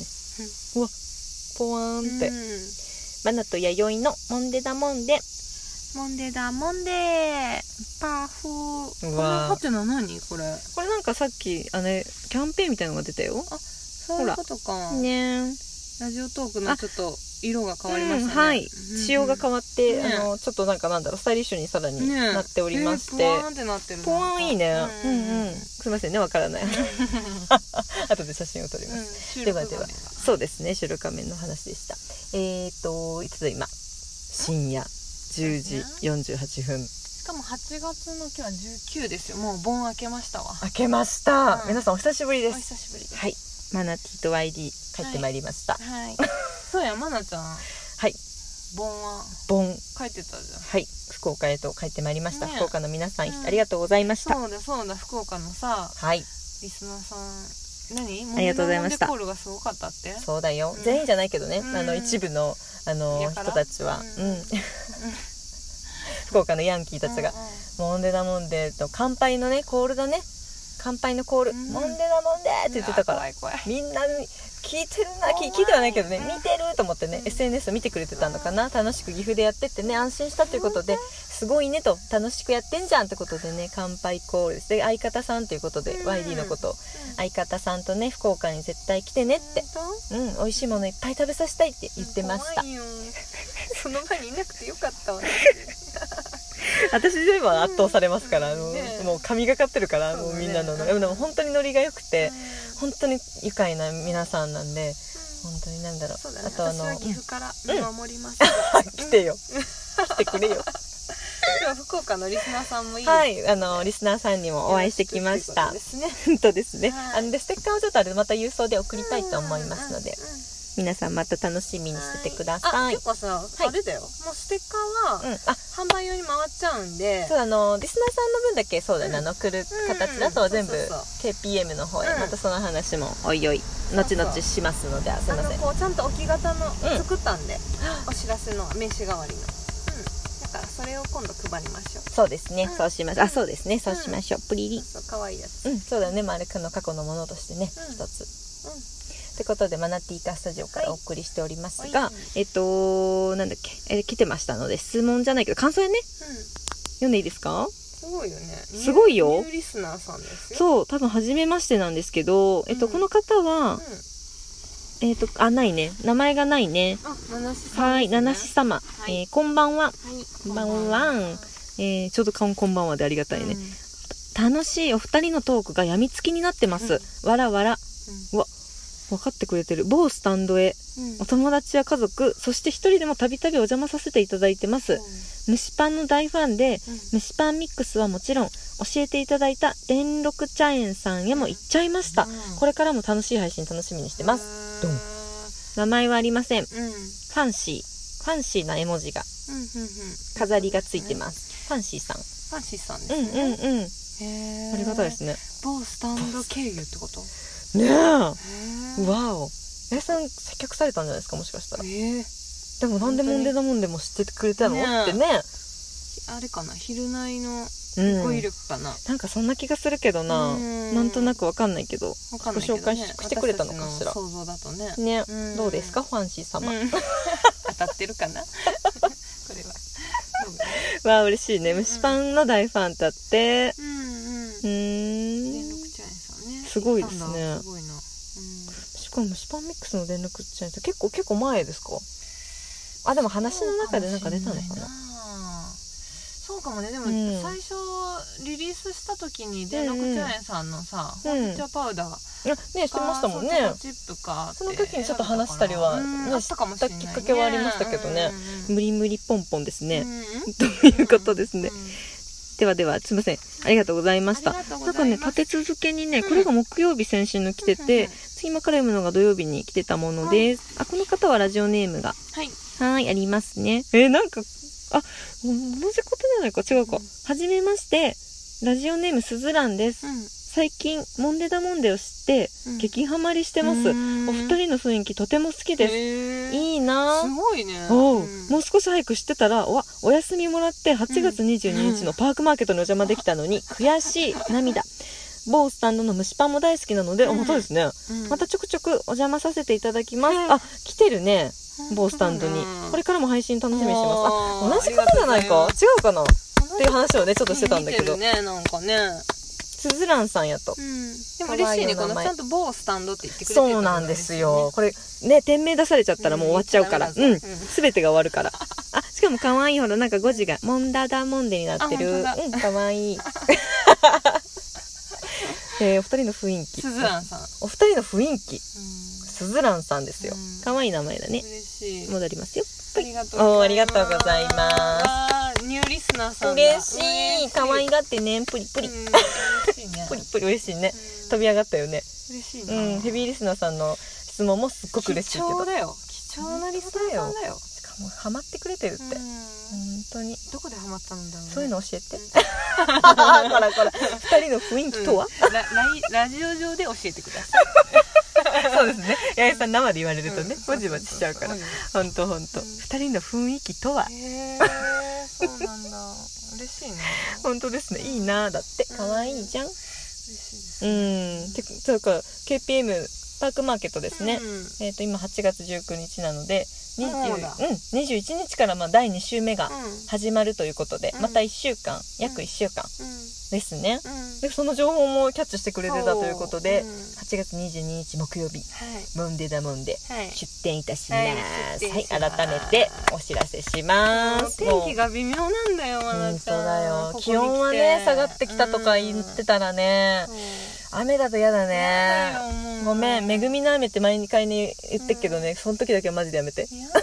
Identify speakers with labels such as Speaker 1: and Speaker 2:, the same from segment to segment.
Speaker 1: うわポワ
Speaker 2: う
Speaker 1: ーン
Speaker 2: ん
Speaker 1: って、マナと弥生のモンデダモンデ
Speaker 2: モンデーだモンデーパフ
Speaker 1: う
Speaker 2: ーこれ
Speaker 1: わー
Speaker 2: ハテナ何これ
Speaker 1: これなんかさっきあれキャンペーンみたいのが出たよ
Speaker 2: そういうことか、
Speaker 1: ねえ
Speaker 2: ラジオトークのちょっと色が変わりましたね、
Speaker 1: うんはい仕様が変
Speaker 2: わ
Speaker 1: わって、
Speaker 2: ね
Speaker 1: あのちょっとなんかなんだろうスタイリッシュにさらに
Speaker 2: ね
Speaker 1: なっておりまして、
Speaker 2: えーポワーンってなってる
Speaker 1: ポワンいいね
Speaker 2: う
Speaker 1: うんん
Speaker 2: う
Speaker 1: うん
Speaker 2: うん
Speaker 1: ん、すいませんねわからない 後で写真を撮ります、
Speaker 2: 収
Speaker 1: で
Speaker 2: 録画
Speaker 1: は
Speaker 2: 面
Speaker 1: で
Speaker 2: が
Speaker 1: はそうですね白仮面の話でしたえっ、ー、といつだ今深夜10時48分
Speaker 2: しかも8月の今日は19ですよもう盆明けましたわ
Speaker 1: 明けました、
Speaker 2: うん
Speaker 1: 皆さんお久しぶり
Speaker 2: お
Speaker 1: で
Speaker 2: 久
Speaker 1: す
Speaker 2: しぶりです
Speaker 1: はいマナティと YD 帰ってまいりました、
Speaker 2: はいそうやまなちゃん
Speaker 1: はい
Speaker 2: 盆は
Speaker 1: ボン
Speaker 2: 書いてたじゃん
Speaker 1: はい福岡へと帰ってまいりました、
Speaker 2: ね
Speaker 1: 福岡の皆さん、
Speaker 2: うん
Speaker 1: ありがとうございました
Speaker 2: そうだそうだ福岡のさ
Speaker 1: はい
Speaker 2: リスナーさん何
Speaker 1: ありがとうございました
Speaker 2: モンデナモンデコールがすごかったって
Speaker 1: そうだよ、
Speaker 2: うん
Speaker 1: 全員じゃないけどね、
Speaker 2: うん
Speaker 1: あの一部のあの
Speaker 2: やから
Speaker 1: 人たちは、
Speaker 2: う
Speaker 1: うんん 福岡のヤンキーたちが
Speaker 2: うんうん
Speaker 1: 「モンデダモンデ」と乾杯のねコールだね乾杯のコール「
Speaker 2: うん
Speaker 1: モンデダモンデ」って言ってたか
Speaker 2: うわ
Speaker 1: ら
Speaker 2: 怖い怖い
Speaker 1: みんな聞いてるな
Speaker 2: 怖い
Speaker 1: 聞聞いてはないけどね
Speaker 2: うん
Speaker 1: 見てると思ってね、
Speaker 2: うん
Speaker 1: SNS を見てくれてたのかな楽しく岐阜でやってってね安心したということですごいねと楽しくやってんじゃんってことでね乾杯コールですで相方さんということで、
Speaker 2: うん
Speaker 1: YD のこと相方さんとね福岡に絶対来てねって
Speaker 2: 本
Speaker 1: うん、美味しいものいっぱい食べさせたいって
Speaker 2: 当
Speaker 1: 言ってました
Speaker 2: 怖。いよその場にいなくてよかったわ
Speaker 1: 私では圧倒されますから、
Speaker 2: うん
Speaker 1: あの
Speaker 2: ねえ
Speaker 1: もう神がかってるから、
Speaker 2: そう
Speaker 1: も
Speaker 2: だ
Speaker 1: う
Speaker 2: ね
Speaker 1: みんなのね、でも本当にノリが良くて、本当に愉快な皆さんなんで、
Speaker 2: そ
Speaker 1: 本当になんだろう。
Speaker 2: うだね
Speaker 1: あとあ
Speaker 2: 私
Speaker 1: の、う
Speaker 2: は
Speaker 1: ん
Speaker 2: 岐阜から見守り ます
Speaker 1: 来てよ、来てく れよ。
Speaker 2: では福岡のリスナーさんもいい
Speaker 1: はい、あのリスナーさんにもお会いしてきまし
Speaker 2: よ
Speaker 1: た
Speaker 2: ろ。しくということですね
Speaker 1: 本当ですね。
Speaker 2: はい
Speaker 1: あのでステッカーをちょっとあれまた郵送で送りたいと思いますので、
Speaker 2: うんうんうん
Speaker 1: 皆さんまた楽しみにしててくだ
Speaker 2: は
Speaker 1: さ
Speaker 2: あ
Speaker 1: い。
Speaker 2: 結構さ、
Speaker 1: い
Speaker 2: あれだよもうステッカー
Speaker 1: う
Speaker 2: は
Speaker 1: ん、あ、
Speaker 2: 販売用に回っちゃうんで、
Speaker 1: そうあのリスナーさんの分だけそうだね、あの来る形だ
Speaker 2: うんう
Speaker 1: と
Speaker 2: ん
Speaker 1: 全部
Speaker 2: そうそうそ
Speaker 1: KPM の方へ、
Speaker 2: うん
Speaker 1: またその話もおいおい
Speaker 2: そう
Speaker 1: 後々しますのであすい
Speaker 2: あ
Speaker 1: ま
Speaker 2: の
Speaker 1: せん
Speaker 2: こうちゃんと置き型の
Speaker 1: うん
Speaker 2: 作ったんで、お知らせの名刺代わりの、うん、だからそれを今度配りましょう
Speaker 1: そうですね、
Speaker 2: うん
Speaker 1: そうしましょうあそうですね、そうしましょうプリリ
Speaker 2: そう可愛いやつ
Speaker 1: うんそうだね丸くんの過去のものとしてね
Speaker 2: うん
Speaker 1: 一、つ
Speaker 2: うん
Speaker 1: ってことでマナティーカースタジオからお送りしておりますが、
Speaker 2: はい
Speaker 1: えっとなんだっけえ来てましたので質問じゃないけど感想やね
Speaker 2: うん
Speaker 1: 読んでいいですか
Speaker 2: すごいよね
Speaker 1: すごいよ
Speaker 2: ニューリスナーさんですよう、
Speaker 1: そう多分初めましてなんですけど、えっと
Speaker 2: うん
Speaker 1: この方は、
Speaker 2: ん、
Speaker 1: えっとあないね名前がないね
Speaker 2: あ七七さん
Speaker 1: は
Speaker 2: で
Speaker 1: い、
Speaker 2: すね
Speaker 1: 七七様、
Speaker 2: い
Speaker 1: えーこんばんは、
Speaker 2: はい
Speaker 1: こんばんはえーちょうど顔こんばんはでありがたいね
Speaker 2: う、ん
Speaker 1: 楽しいお二人のトークがやみつきになってます、わらわら分かってくれてる某スタンドへ
Speaker 2: うん
Speaker 1: お友達や家族そして一人でもたびたびお邪魔させていただいてます蒸しパンの大ファンで
Speaker 2: うん
Speaker 1: 蒸しパンミックスはもちろん教えていただいた電録茶園さんへも行っちゃいました、
Speaker 2: うん
Speaker 1: これからも楽しい配信楽しみにしてます
Speaker 2: す
Speaker 1: ドン
Speaker 2: う
Speaker 1: 名前はありませんフ
Speaker 2: んうんうんうん
Speaker 1: ァンシーファンシーな絵文字が飾りがついてますファンシーさん
Speaker 2: ファンシーさんです
Speaker 1: う
Speaker 2: ね
Speaker 1: んうんうん
Speaker 2: へー
Speaker 1: ありがたいですね。
Speaker 2: 某スタンド経由ってこと
Speaker 1: ねえ。
Speaker 2: へー
Speaker 1: わお。八重さん接客されたんじゃないですかもしかしたら。
Speaker 2: ええ
Speaker 1: でもなんでもんでだもんでも知っててくれたの、
Speaker 2: ねえ
Speaker 1: ってね。
Speaker 2: あれかな昼内の
Speaker 1: うん
Speaker 2: 語彙力かな、
Speaker 1: なんかそんな気がするけどな。
Speaker 2: うん
Speaker 1: なんとなくわかんないけど。
Speaker 2: わかんないけど、ね、
Speaker 1: ご紹介してくれたのかし
Speaker 2: 私たち
Speaker 1: ら
Speaker 2: の想像だとね
Speaker 1: ね
Speaker 2: うん。
Speaker 1: どうですかファンシー様。
Speaker 2: うん当たってるかなこれはどうかな
Speaker 1: わあ嬉しいね。蒸しパンの大ファンだって。
Speaker 2: うんうん
Speaker 1: う
Speaker 2: 電
Speaker 1: ーん
Speaker 2: 力。チャイさんね
Speaker 1: すごいですね
Speaker 2: 行ったんだすごいな、うん、
Speaker 1: しかも蒸しパンミックスの電力チェーンって結構結構前ですかあ、でも話の中でなんか出たのかな。
Speaker 2: そうかもしれないなそうかもねでも、
Speaker 1: うん
Speaker 2: 最初リリースした時に電力チャイさんのさ、
Speaker 1: うん
Speaker 2: ホンチャパウダー
Speaker 1: あねしてましたもんね。
Speaker 2: ソフトチップかって
Speaker 1: その時にちょっと話したりは
Speaker 2: うん
Speaker 1: ね
Speaker 2: あったかもしれないね
Speaker 1: したきっかけはありましたけどね
Speaker 2: うん
Speaker 1: 無理無理ポンポンですね。
Speaker 2: うん
Speaker 1: ということですね。
Speaker 2: うん
Speaker 1: ではでは、すいません。ありがとうございました。
Speaker 2: ありがとうご
Speaker 1: なん
Speaker 2: ざ
Speaker 1: か
Speaker 2: い
Speaker 1: ね、
Speaker 2: ます
Speaker 1: 立て続けにね、
Speaker 2: うん
Speaker 1: これが木曜日先週の来て
Speaker 2: うんうんう
Speaker 1: て
Speaker 2: ん、
Speaker 1: 次今から読むのが土曜日に来てたものです。あ、この方はラジオネームが、
Speaker 2: はい
Speaker 1: はーい、ありますね。えーなんか、あ、同じことじゃないか、違うか
Speaker 2: うん。
Speaker 1: はじめまして、ラジオネームすずらんです。最近、モンデダモンデを知って、
Speaker 2: うん
Speaker 1: 激ハマりしてます。お二人の雰囲気とても好きです。
Speaker 2: すい
Speaker 1: いいなぁ
Speaker 2: す。ごいね
Speaker 1: おう
Speaker 2: うん
Speaker 1: もう少し早く知ってたらおお休みもらって8月22日のパークマーケットにお邪魔できたのに、悔しい涙某スタンドの蒸しパンも大好きなので、
Speaker 2: うん
Speaker 1: あまたですね、
Speaker 2: うん
Speaker 1: またちょくちょくお邪魔させていただきます、
Speaker 2: うん
Speaker 1: あ来てるね某スタンドに、これ
Speaker 2: っ
Speaker 1: からも配信楽しみにしてますあ
Speaker 2: おー
Speaker 1: 同じことじゃないか
Speaker 2: あり
Speaker 1: 違うかなっていう話をねちょっとしてたんだけど、
Speaker 2: 見てるねなんかね
Speaker 1: すずらんさんやと
Speaker 2: うんでも嬉しいね
Speaker 1: 可愛いお名前
Speaker 2: このちゃんと某スタンドって言ってくれてるから
Speaker 1: そうなんですよこれね店名出されちゃったらもう終わっちゃうから
Speaker 2: うん
Speaker 1: うん
Speaker 2: ダメだぞ
Speaker 1: 全てが終わるからあしかも可愛いほらなんか5時がモンダダモンデになってるう
Speaker 2: あ本
Speaker 1: ん可愛い えーお二人の雰囲気
Speaker 2: すずらんさん、
Speaker 1: お二人の雰囲気
Speaker 2: う
Speaker 1: すずらんさんですよ
Speaker 2: うん
Speaker 1: 可愛い名前だ
Speaker 2: ん、
Speaker 1: ね
Speaker 2: 嬉しい
Speaker 1: 戻りますよ
Speaker 2: ありがとう
Speaker 1: おーありがとうございます
Speaker 2: わーニューリスナーさんだ
Speaker 1: 嬉しい可愛がってねプリプ
Speaker 2: プリ
Speaker 1: リ
Speaker 2: 嬉しいね
Speaker 1: プリプリ嬉しいね
Speaker 2: うん
Speaker 1: 飛び上がったよね
Speaker 2: 嬉しいな
Speaker 1: うんヘビーリスナーさんの質問もすっごく嬉しいけ
Speaker 2: 貴重
Speaker 1: ど
Speaker 2: だよ貴重なリスナーさんだよ
Speaker 1: しかもハマってくれてるって
Speaker 2: うん
Speaker 1: 本当に
Speaker 2: どこでハマったんだろう、ね、
Speaker 1: そういうの教えて
Speaker 2: うん。
Speaker 1: こらこら。二人の雰囲気とは、
Speaker 2: うんラライラジオ上で教えてください
Speaker 1: そうですね。八重さん生で言われるとね、
Speaker 2: うん
Speaker 1: ぼじぼじしちゃうから
Speaker 2: ん。
Speaker 1: ほんとほんと。
Speaker 2: うん
Speaker 1: 二人の雰囲気とは
Speaker 2: へえそうなんだ嬉しいね
Speaker 1: 本当ですね。いいなぁ。だって。
Speaker 2: うん
Speaker 1: 可愛いじゃん。う
Speaker 2: 嬉しいです
Speaker 1: ん。て、そうか、KPM パークマーケットですね。
Speaker 2: う
Speaker 1: えっと、今8月19日なので、20、
Speaker 2: も
Speaker 1: う、
Speaker 2: うんだ
Speaker 1: 21日からまあ第2週目が
Speaker 2: んうん
Speaker 1: 始まるということで
Speaker 2: う、ん
Speaker 1: また1週間、約1週間
Speaker 2: う
Speaker 1: ですね。
Speaker 2: んうん
Speaker 1: で、その情報もキャッチしてくれてたということで
Speaker 2: そ、ううん
Speaker 1: 8月22日木曜日、
Speaker 2: はい
Speaker 1: モンデダモンデ。
Speaker 2: はい
Speaker 1: 出店いたします。
Speaker 2: はい出
Speaker 1: は
Speaker 2: 店
Speaker 1: い、
Speaker 2: します
Speaker 1: 改めてお知らせします。
Speaker 2: 天気が微妙なんだよ、まな
Speaker 1: 本当
Speaker 2: ちゃん。
Speaker 1: だよ
Speaker 2: ここ。に来て
Speaker 1: 気温はね、下がってきたとか言ってたらね、
Speaker 2: うん
Speaker 1: 雨だと嫌だ
Speaker 2: 嫌だ
Speaker 1: ね。
Speaker 2: よもう
Speaker 1: ごめん、めぐみの雨って毎回ね言ってっけどね、その時だけはマジでやめて。
Speaker 2: 嫌だ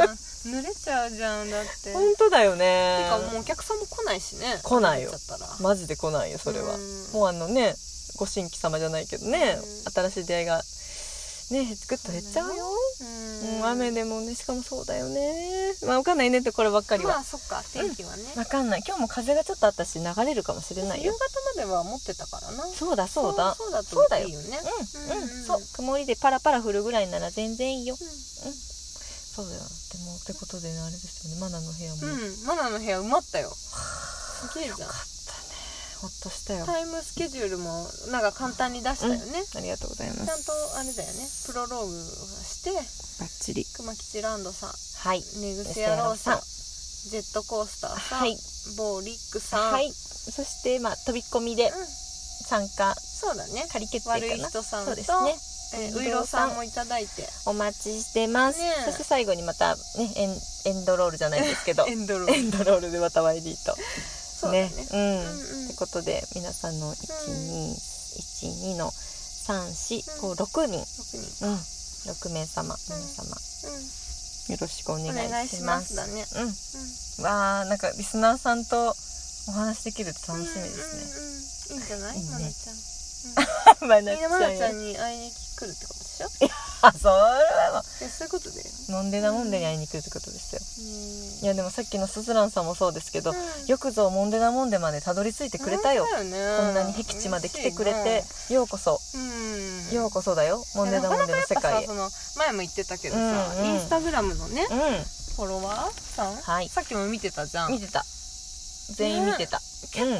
Speaker 2: な。濡れちゃうじゃん、だって。
Speaker 1: 本当だよね
Speaker 2: て。かもうお客さんも来ないしね。
Speaker 1: 来ないよ
Speaker 2: ちゃったら。
Speaker 1: マジで来ないよ、それは
Speaker 2: うん。
Speaker 1: もうあのね、ご新規様じゃないけどね
Speaker 2: う、ん
Speaker 1: 新しい出会いが、ね、ぐっと減っちゃうよ。
Speaker 2: う
Speaker 1: うん、雨
Speaker 2: で
Speaker 1: でもね、しかもそうだよね。まあ、わかんないねって、こればっかりは
Speaker 2: ま。あそっか、天気はね。
Speaker 1: わかんない今日も風がちょっとあったし流れるかもしれない
Speaker 2: 夕
Speaker 1: よ
Speaker 2: 方までは持ってたからな。
Speaker 1: そうだそうだ
Speaker 2: そうだと
Speaker 1: そうだよ
Speaker 2: いいよね。
Speaker 1: うんうん
Speaker 2: うん
Speaker 1: そう曇りでパラパラ降るぐらいなら全然いいよそうだよでもってことでねあれですよねマナの部屋も、
Speaker 2: う
Speaker 1: よかっ
Speaker 2: ん。マナの部屋埋まったよ。すげえじゃん。
Speaker 1: たねほっとしたよ
Speaker 2: タイムスケジュールもなんか簡単に出したよね。
Speaker 1: ありがとうございま
Speaker 2: ちゃん
Speaker 1: す
Speaker 2: とあれだよねプロローグをして
Speaker 1: バッチリ
Speaker 2: 熊吉ランドさん
Speaker 1: はい
Speaker 2: 寝癖野郎さん
Speaker 1: 寝癖野郎さ
Speaker 2: ジェットコースターさん、
Speaker 1: はい
Speaker 2: ボーリックさん、
Speaker 1: はいそしてまあ飛び込みで
Speaker 2: うん、
Speaker 1: 参加
Speaker 2: そうだね
Speaker 1: 仮決定か
Speaker 2: 悪い
Speaker 1: な
Speaker 2: 人さんと
Speaker 1: そうですね
Speaker 2: えーウイロさんもいただいて
Speaker 1: お待ちしてます、
Speaker 2: ねえ
Speaker 1: そして最後にまたねエンエンドロールじゃないですけ ど
Speaker 2: エンドロー
Speaker 1: エ
Speaker 2: ル
Speaker 1: ンドロールでまた YD と
Speaker 2: そうだね
Speaker 1: ね
Speaker 2: うんうん
Speaker 1: ということで皆さんの1212、の3456人、
Speaker 2: 特に
Speaker 1: うん、6名様皆様よろしくお願
Speaker 2: うん、お願
Speaker 1: い
Speaker 2: い
Speaker 1: し
Speaker 2: し
Speaker 1: ま
Speaker 2: ます
Speaker 1: す
Speaker 2: だね、
Speaker 1: うんわあなんかリスナーさんとお話できるって
Speaker 2: うん、
Speaker 1: 楽しみですね、
Speaker 2: ね、うんうん、いいんじゃない
Speaker 1: いいね
Speaker 2: マナちゃん
Speaker 1: まな
Speaker 2: みんなマナちゃ
Speaker 1: よ
Speaker 2: んに会いに来るってことでしょ
Speaker 1: あそれは
Speaker 2: でそういうことだよね
Speaker 1: もう飲んでなもんでに会いに来るってことですよい
Speaker 2: や
Speaker 1: やでもさっきのすずらんさんもそうですけど、
Speaker 2: うん
Speaker 1: よくぞもんでなもんでまでたどり着いてくれたよ、
Speaker 2: 本当だよね
Speaker 1: こんなに僻地まで来てくれてようこそ
Speaker 2: うん
Speaker 1: ようこそだよモンデダモンデの世界へ
Speaker 2: なかなかやっぱさその前も言ってたけどさ、
Speaker 1: うんうん
Speaker 2: インスタグラムのね
Speaker 1: うん
Speaker 2: フォロワーさん、
Speaker 1: はい
Speaker 2: さっきも見てたじゃん
Speaker 1: 見
Speaker 2: 結
Speaker 1: てた全員見てた、うん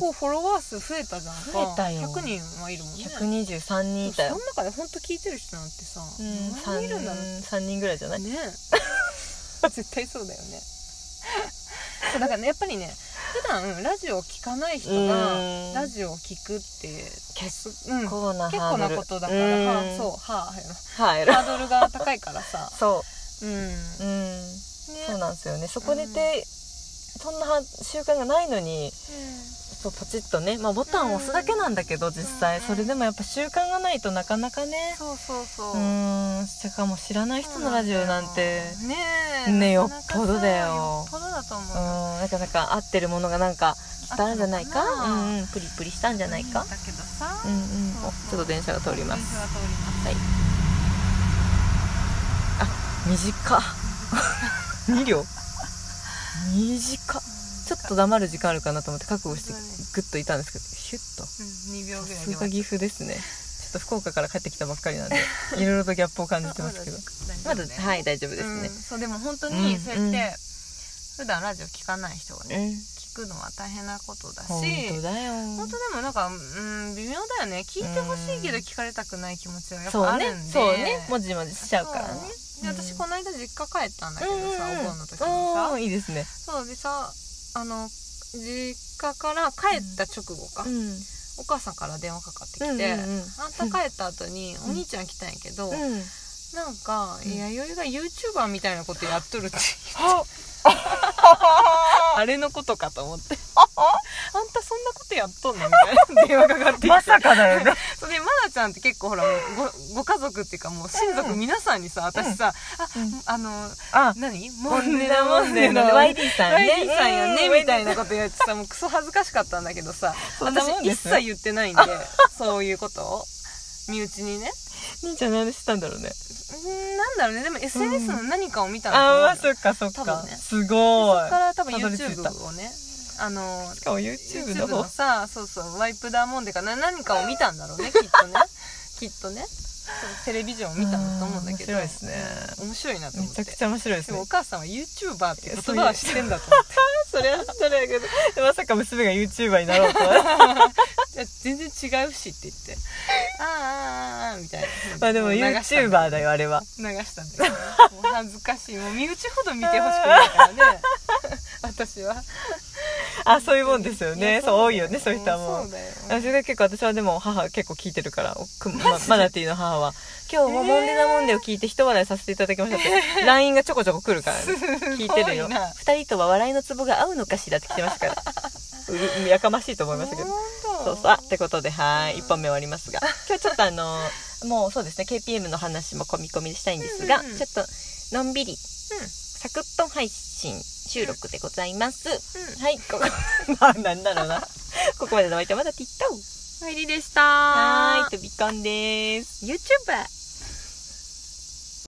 Speaker 2: 構フォロワー数増えたじゃんか
Speaker 1: 増えたよ
Speaker 2: 100人はいるもんね
Speaker 1: 123人いたよ
Speaker 2: その中で本当聞いてる人なんてさ、
Speaker 1: うん
Speaker 2: 何人いるんだろう
Speaker 1: 3 3人ぐらいじゃない、
Speaker 2: ね 絶対そうだよねそうだからねやっぱりね普段ラジオを聞かない人
Speaker 1: うん
Speaker 2: がラジオを聞くって
Speaker 1: 結
Speaker 2: すうん
Speaker 1: 構な
Speaker 2: 結
Speaker 1: ハー
Speaker 2: 構
Speaker 1: ドル
Speaker 2: なことだから、はあ
Speaker 1: ん
Speaker 2: そうはあやろ
Speaker 1: はい
Speaker 2: ハードルが高いからさ
Speaker 1: そ
Speaker 2: うんね
Speaker 1: ううんそうなんですよねそこでて、そんなは習慣がないのにそうポチッとね、まあ、ボタンを押すだけなんだけど、実際
Speaker 2: うん
Speaker 1: それでもやっぱ習慣がないとなかなかね
Speaker 2: そうそうそう
Speaker 1: うーんしかも知らない人のラジオなんて
Speaker 2: ねえ
Speaker 1: ね
Speaker 2: なかなかさ
Speaker 1: よっぽどだよ
Speaker 2: よっぽどだと思
Speaker 1: うん
Speaker 2: うよ
Speaker 1: なんかなんか合ってるものがなんか来たんじゃないか
Speaker 2: 合ったのかな
Speaker 1: うんうんプリプリしたんじゃないか
Speaker 2: だけどさ
Speaker 1: うんうん
Speaker 2: そう
Speaker 1: おちょっと電車が通り
Speaker 2: 水が通りま
Speaker 1: ます
Speaker 2: す
Speaker 1: はい。あ、 短っ。2両短っ。ちょっと黙る時間あるかなと思って覚悟して
Speaker 2: そうだね
Speaker 1: グッといたんですけど、ヒュッと。
Speaker 2: うん2秒ぐらい
Speaker 1: さすが岐阜ですね。ちょっと福岡から帰ってきたばっかりなん で、いろいろとギャップを感じてますけど。まだ、
Speaker 2: い
Speaker 1: はい、大丈夫です
Speaker 2: うん
Speaker 1: ね。
Speaker 2: そうでも本当
Speaker 1: う
Speaker 2: に
Speaker 1: ん
Speaker 2: そうやっ
Speaker 1: うん
Speaker 2: て普段ラジオ聞かない人がね
Speaker 1: うん。
Speaker 2: 聞聞くのは大変なことだし
Speaker 1: 本当だよ
Speaker 2: 本当でもなんか、うん、微妙だよね聞いてほしいけど聞かれたくない気持ちはやっ
Speaker 1: そ
Speaker 2: ぱあ
Speaker 1: うね
Speaker 2: るんで
Speaker 1: そうねもじもじしちゃうからね
Speaker 2: そうねで
Speaker 1: う
Speaker 2: 私
Speaker 1: ん
Speaker 2: この間実家帰ったんだけどさ、
Speaker 1: うんうん
Speaker 2: お盆の時にさ
Speaker 1: おーいいですね
Speaker 2: そうでさあの実家から帰った直後か、
Speaker 1: うん
Speaker 2: お母さんから電話かかってきて、
Speaker 1: うん
Speaker 2: あんた帰った後にお兄ちゃん来たんやけど、
Speaker 1: うんうん
Speaker 2: なんか、
Speaker 1: うん
Speaker 2: いや弥生が YouTuber みたいなことやっとるって
Speaker 1: あ
Speaker 2: あれのことかと思ってあんたそんなことやっとんのみたいな電話かかってきて、
Speaker 1: まさかだよね
Speaker 2: それで愛菜ちゃんって結構ほらもうごご家族っていうかもう親族皆さんにさ、私さ、ああの
Speaker 1: あ
Speaker 2: 何
Speaker 1: も
Speaker 2: も
Speaker 1: ん
Speaker 2: ん
Speaker 1: ね
Speaker 2: ね
Speaker 1: だ
Speaker 2: だ
Speaker 1: も
Speaker 2: も
Speaker 1: ん
Speaker 2: ん
Speaker 1: ね
Speaker 2: ね
Speaker 1: の
Speaker 2: の
Speaker 1: YD さんね
Speaker 2: YD さんよね
Speaker 1: うん
Speaker 2: みたいなこと言ってさもうクソ恥ずかしかったんだけどさ
Speaker 1: そんな
Speaker 2: 私
Speaker 1: もんで
Speaker 2: 一
Speaker 1: す
Speaker 2: 切言ってない んでそういうことを身内にね
Speaker 1: 兄ちゃん何したんだろうね
Speaker 2: うんなんだろうねでも SNS の何かを見たの
Speaker 1: あーまあ
Speaker 2: そ
Speaker 1: そっかそっ
Speaker 2: 多
Speaker 1: か
Speaker 2: 分ね
Speaker 1: すごい
Speaker 2: そっから多分
Speaker 1: たどり着いた
Speaker 2: YouTube をねあの
Speaker 1: しかも YouTube の
Speaker 2: YouTube
Speaker 1: 方
Speaker 2: のさそうそうワイプダーモンデかな何かを見たんだろうね きっとねきっとねそうテレビジョンを見たんだと思うんだけど
Speaker 1: あー面白いですね
Speaker 2: 面白いなと
Speaker 1: め
Speaker 2: 思っ
Speaker 1: ちゃ
Speaker 2: て
Speaker 1: くちゃ面白いです
Speaker 2: でも
Speaker 1: ね
Speaker 2: お母さんは YouTuber って言
Speaker 1: そういう
Speaker 2: 葉 は知ってんだと思って
Speaker 1: それはそれやけどまさか娘が YouTuber になろうとは
Speaker 2: いや全然違うしって言ってあーあーあーみたいな
Speaker 1: まあでも
Speaker 2: 流したんだ
Speaker 1: YouTuber だよあれは
Speaker 2: 流したんだよねもう恥ずかしいもう身内ほど見てほしくないからね 私は
Speaker 1: あそういうもんですよ
Speaker 2: い
Speaker 1: ね
Speaker 2: や
Speaker 1: そう多い
Speaker 2: だ
Speaker 1: よねそういう人はも
Speaker 2: そう
Speaker 1: う
Speaker 2: だよ
Speaker 1: あそれが結構私はでも母結構聞いてるからおくまマナティーの母は今日もモンデナモンデを聞いて一笑いさせていただきましたって LINE がちょこちょこ来るから ね聞いてるよ
Speaker 2: すごいな
Speaker 1: 二人とは笑いのツボが合うのかしらって来てましたから ううやかましいと思いましたけど
Speaker 2: そ
Speaker 1: そうそうあってことではい1本目終わりますが今日ちょっとあの もうそうですね KPM の話も込み込みでしたいんですが、
Speaker 2: うんうんうん
Speaker 1: ちょっとのんびりサクッと配信収録でございます、
Speaker 2: うん
Speaker 1: はいここ まあなんだ ろうなここまでのお相手はまだティット
Speaker 2: 入りでした
Speaker 1: はーい飛び込んです
Speaker 2: YouTuber